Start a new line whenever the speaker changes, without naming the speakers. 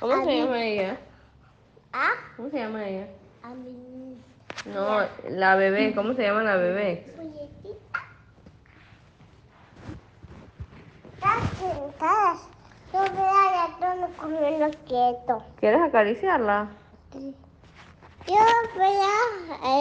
¿Cómo se
Ami-
llama ella?
¿Ah?
¿Cómo se llama ella?
A mi
No, la bebé, ¿cómo se llama la bebé?
muñequita. Están sentadas. Yo veo al ratón comiendo quieto.
¿Quieres acariciarla?
Yo veo al